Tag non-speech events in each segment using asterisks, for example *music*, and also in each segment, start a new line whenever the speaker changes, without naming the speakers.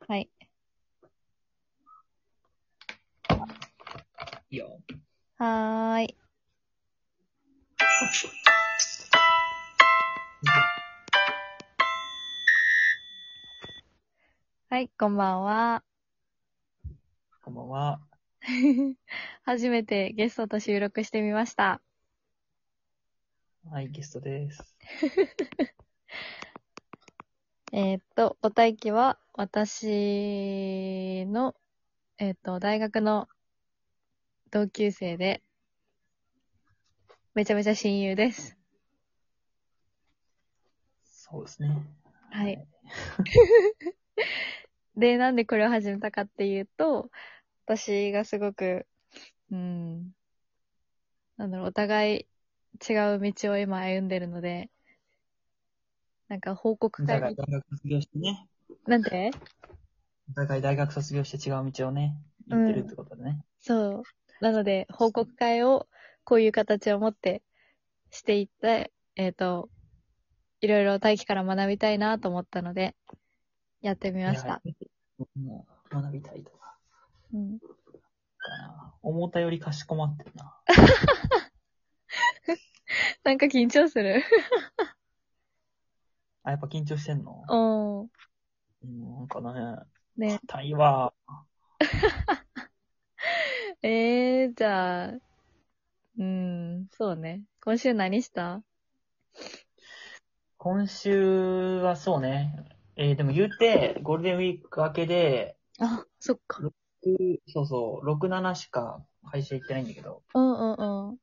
はい。
いいよ。
はーい。はい、こんばんは。 *laughs*
こんばんは。
初めてゲストと収録してみました。
はい、ゲストです。
えーっと、お待機は、私の、えーっと、大学の同級生で、めちゃめちゃ親友です。
そうですね。
はい。 *laughs* で、なんでこれを始めたかっていうと、私がすごく、うん、なんだろう、お互い違う道を今歩んでるので、なんか報告
会。お互い大学卒業してね。
なんて
お互い大学卒業して違う道をね、行ってるってことでね。うん、
そう。なので、報告会をこういう形を持ってしていって、えっ、ー、と、いろいろ大気から学びたいなと思ったので、やってみました。
もう学びたいとか。
うん。
思ったよりかしこまってるな。
なんか緊張す *laughs* る
あ、やっぱ緊張してんの。
うん
なんかね、
ね。
硬いわ。
ええー、じゃあ、うん、そうね。今週何した
今週はそうね。えー、でも言うて、ゴールデンウィーク明けで、
あ、そっか。
6、そうそう、6、7しか会社行ってないんだけど。
うんうん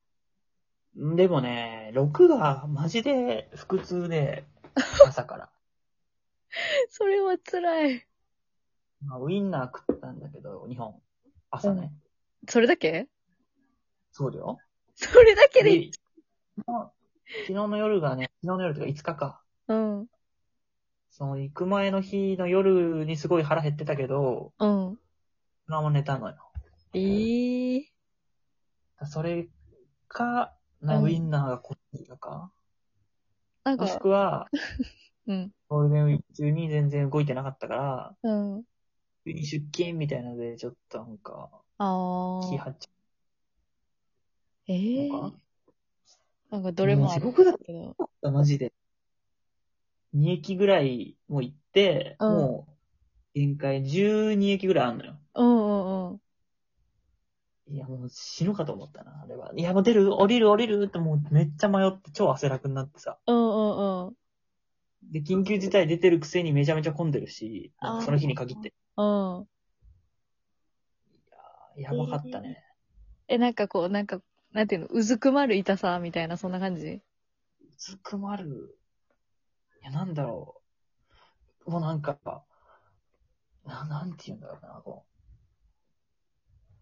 うん。でもね、6がマジで腹
*laughs*
痛で、朝から。
それは辛い。
まあ、ウインナー食ったんだけど、日本。朝ね。
うん、それだけ
そうだよ。
それだけで
昨日の夜がね、昨日の夜とか5日か。
うん。
その行く前の日の夜にすごい腹減ってたけど、
うん。
そのまま寝たのよ。
ええ
ー、それか、な、ウインナーがこっちだか、
なんか。
もしくは、
うん。
ゴールデンウィーク中に全然動いてなかったから、
うん。
急に出勤みたいなので、ちょっとなんか、
あ
気張っちゃ
う。ええー、なんかどれもあ
る。地獄だったマジで。2駅ぐらいもう行って、うん、もう、限界12駅ぐらいあんのよ。
うんうんうん。
いや、もう死ぬかと思ったな、あれは。いや、もう出る、降りる、降りるってもうめっちゃ迷って超汗だくになってさ。。
うんうんうん
で、緊急事態出てるくせにめちゃめちゃ混んでるし、その日に限って。
うん。
いや、やばかったね。
えー、え、なんかこう、なんか、なんていうの、うずくまる痛さみたいな、そんな感じ
うずくまる。いや、なんだろう。もうなんか、ななんて言うんだろうな、こ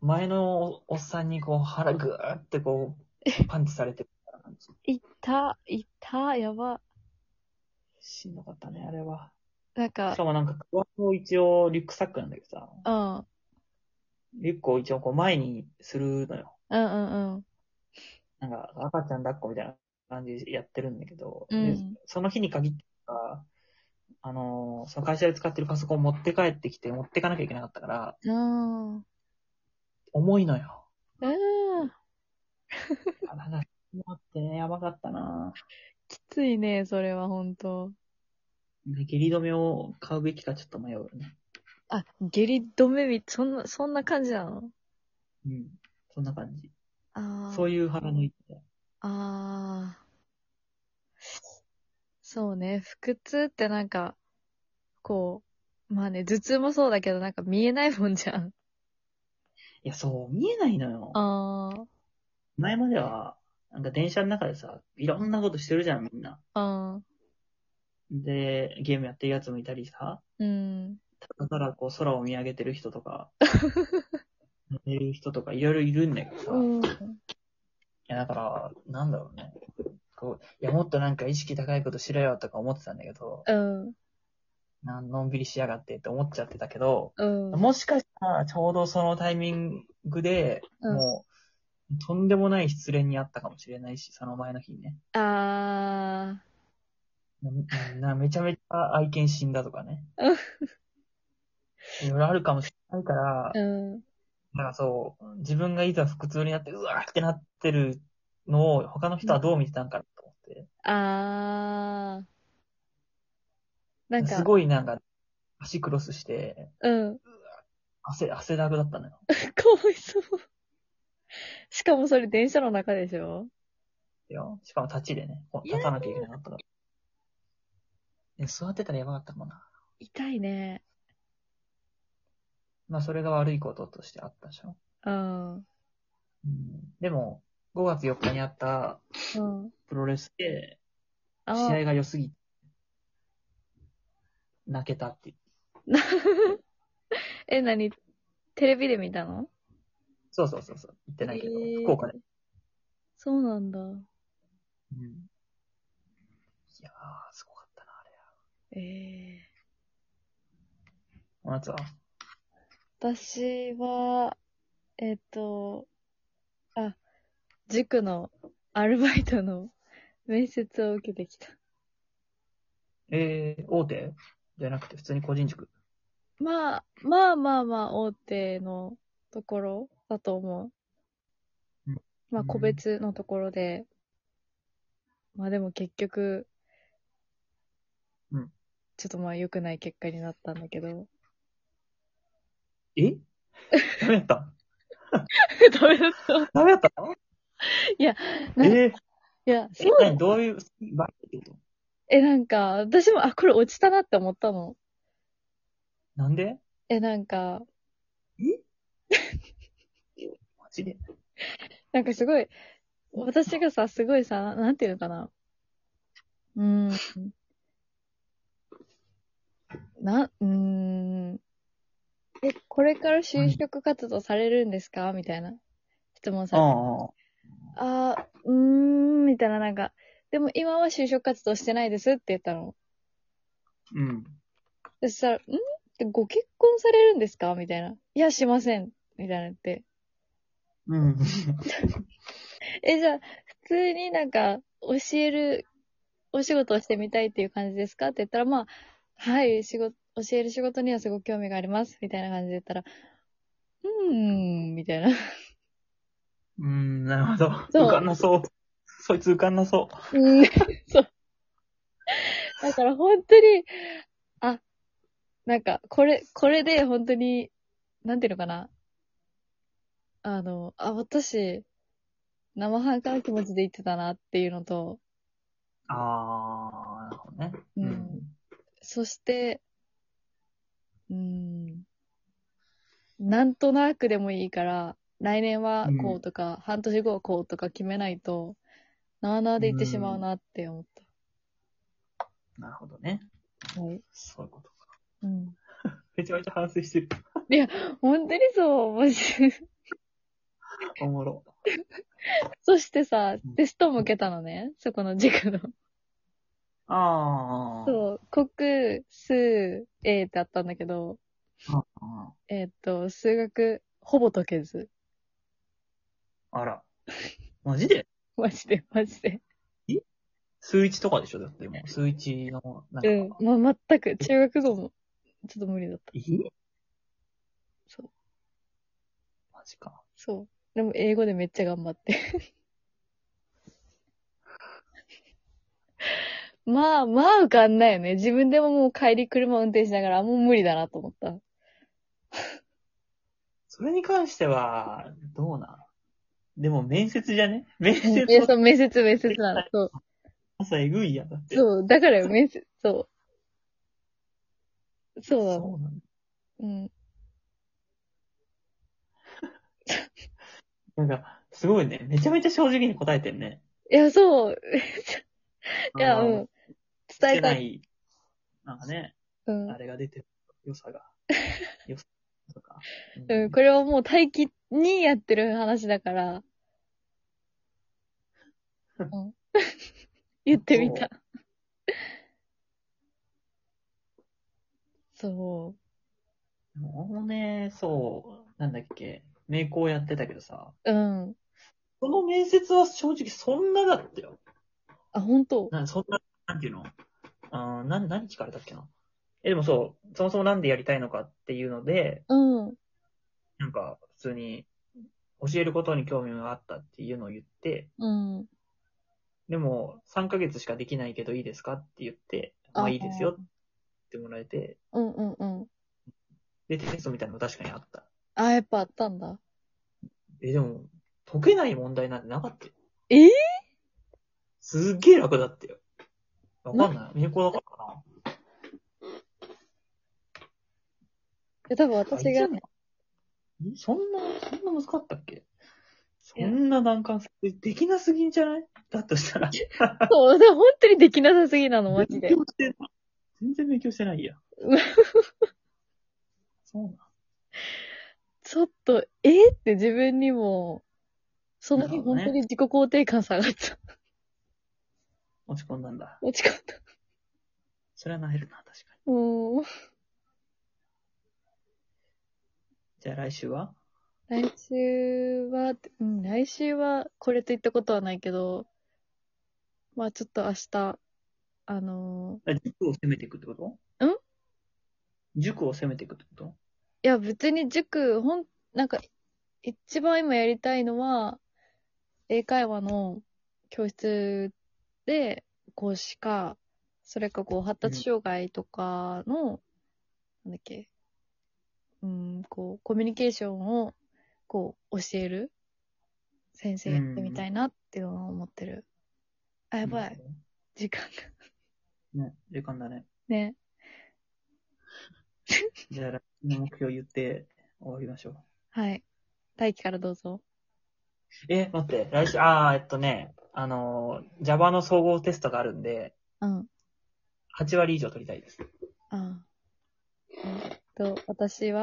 う。前のおっさんにこう腹ぐーってこう、パンチされてる
感じ。いった、いった、やば。
しんどかった *laughs* ね、あれは。
なんか。
しかもなんか、クワを一応リュックサックなんだけどさ。
うん。
リュックを一応こう前にするのよ。
うんうんうん。
なんか、赤ちゃん抱っこみたいな感じでやってるんだけど、
うん、
その日に限っては、あのー、その会社で使ってるパソコン持って帰ってきて、持ってかなきゃいけなかったから、
うん。
重いのよ。
うん。
なんか、待ってね、やばかったな
きついね、それは本当
下痢止めを買うべきかちょっと迷うね。
あ、下痢止めみ、そんな、そんな感じなの
うん、そんな感じ。
ああ。
そういう腹の痛い。
ああ。そうね、腹痛ってなんか、こう、まあね、頭痛もそうだけど、なんか見えないもんじゃん。
いや、そう、見えないのよ。
ああ。
前までは、なんか電車の中でさ、いろんなことしてるじゃん、みんな。
ああ。
で、ゲームやってるやつもいたりさ。
うん。
だから、こう、空を見上げてる人とか、寝てる人とか、いろいろいるんだけどさ。
うん
いや、だから、なんだろうね。こう、いや、もっとなんか意識高いことしろよとか思ってたんだけど、
うん。
なん、のんびりしやがってって思っちゃってたけど、
うん。
もしかしたら、ちょうどそのタイミングで、うん、もう、とんでもない失恋にあったかもしれないし、その前の日にね。
あ
ー。な、なめちゃめちゃ愛犬死んだとかね。いろいろあるかもしれないから、
うん。
なんかそう、自分がいざ腹痛になって、うわーってなってるのを、他の人はどう見てたんかなと思って。
あー。なんか、
すごいなんか、足クロスして、
うん。
汗、汗だくだったのよ。
かわいそう。しかもそれ電車の中でしょ
よしかも立ちでね、こう立たなきゃいけなかったから。ね座ってたらやばかったかもな。
痛いね。
まあ、それが悪いこととしてあったでしょ。
うん。
うん、でも、5月4日にあった
うん。
プロレスで、
あ
試
ー
合が良すぎて、泣けたっていう。
え、なにテレビで見たの
そうそうそうそう。言ってないけど、
へー
福岡で。
そうなんだ。
うん、いやー、すごかったな、あれ。
ええ
お夏は
私は、えっ、と、あ、塾のアルバイトの面接を受けてきた。
えー、大手じゃなくて、普通に個人塾。
まあ、まあまあまあ、大手のところだと思う
うん。
まあ、個別のところで。まあでも結局、
うん
ちょっとまあ良くない結果になったんだけど。
えダメやった
ダメだった。
ダメやったのえ
なんかい
ー、
や、
え
そう、
何どういう、バイトってこ
え、なんか、私も、あ、これ落ちたなって思ったの。
となんで
え、なんか、
マジで
なんかすごい、私がさ、すごいさ、なんていうのかな。うーん。な、うーん。え、これから就職活動されるんですかみたいな質問されて。
あ。
ああ、うーん、みたいな、なんか、でも今は就職活動してないですって言ったの。
うん。
そしたら、んってご結婚されるんですかみたいな。いや、しません。みたいなって。
うん。
え、じゃあ、普通になんか、教える、お仕事をしてみたいっていう感じですかって言ったら、まあ、はい、仕事、教える仕事にはすごく興味があります、みたいな感じで言ったら、うーん、みたいな。
うん、なるほど。
そう
浮かんなそう。そいつ浮かんなそう。
うん、 *laughs* そう。だから本当に、あ、なんか、これ、これで本当に、なんていうのかな。あの、あ、私、生半可な気持ちで言ってたなっていうのと、
あー、なるほどね。
うんそして、うーん、なんとなくでもいいから、来年はこうとか、半年後はこうとか決めないと、なあなあで言ってしまうなって思っ
なるほどね。
た。はい。
そういうことか。
うん。
めちゃめちゃ反省してる。
本当にそう、 *laughs* マジで。
おもろ。
そしてさ
う、ん
テストも受けたのね、そこの塾の。
あー。
そう、国、数、A ってあったんだけど、
あ
えーっと、数学、ほぼ解けず。
ーあら。マジで
マジで、マジで。
数一とかでしょだってもう、数一の、なんか。
うん、まあ、全く、中学語も、ちょっと無理だった。
え
そう。
マジか。
そう。でも、英語でめっちゃ頑張って。 *laughs* まあ、まあ受かんないよね。自分でももう帰り車運転しながら、あもう無理だなと思った。
それに関しては、どうなんでも面接じゃね面接
いや、そ
の
う、面接、面接なの。そう。
朝えぐいやんだって。
そう、だから
*laughs*
よ面接、そう。そうなの。
そうなんだ。
うん。
なんか、すごいね。めちゃめちゃ正直に答えてんね。
いや、そう。いや、
あ
う
ー
ん。
し
伝え
て
た。
ないい、なんかね、
うん
あ。れが出てる、良
*laughs*
さが。良さとか。
うん、これはもう待機にやってる話だから。うん。言ってみ
*laughs*
た。そ
もうね、そう、なんだっけ、名工やってたけどさ、
う。うん。
この面接は正直そんなだったよ。
あ、本当
なんそんな、なんていうのあーなん何聞かれたっけなえ、でもそう、そもそもなんでやりたいのかっていうので、
うん。
なんか、普通に、教えることに興味があったっていうのを言って、
うん。
でも、3ヶ月しかできないけどいいですかって言って、まあいいですよって言ってもらえて、
うんうんうん。
で、テストみたいなの確かにあった。
あ、やっぱあったんだ。
え、でも、解けない問題なんてなかったよ。
えー
すっげえ楽だったよ。わかんない。入校だからか
いや、多分
な。
私が、
あ。いつそんな、そんな難しかったっけそんな難関、えできなすぎんじゃないだとしたら。
そう、でも本当にできなさすぎなの、 *laughs* マジで
勉。強してない全然勉強し
*laughs*
てないや
う。
そうなん。
ちょっと、えって自分にも、その日
なるほど
本
ね
当に自己肯定感下がっちゃう。
落ち込んだんだ。
落ち込ん
*laughs*
だ。
それはなえるな、確かに。
うん。
じゃあ来週は
来週は、うん、来週はこれといったことはないけど、まあちょっと明日、あの
あ塾を攻めていくってこと
ん
塾を攻めていくってこと
ーいや別に塾、ほん、なんか、一番今やりたいのは、英会話の教室で講師か、それかこう発達障害とかの、なんだっけ、うん、こう、コミュニケーションを、こう、教える先生やってみたいなっていうのを思ってる。あ、やばい。。時間が。 *laughs*
ね、時間だね。
ね。
じゃあ、来年の目標言って終わりましょう。
はい。大輝からどうぞ。
え、待って、来週、あー、えっとね、あのー、Java の総合テストがあるんで、
うん。
8割以上取りたいです。
ああ。えっと、私は、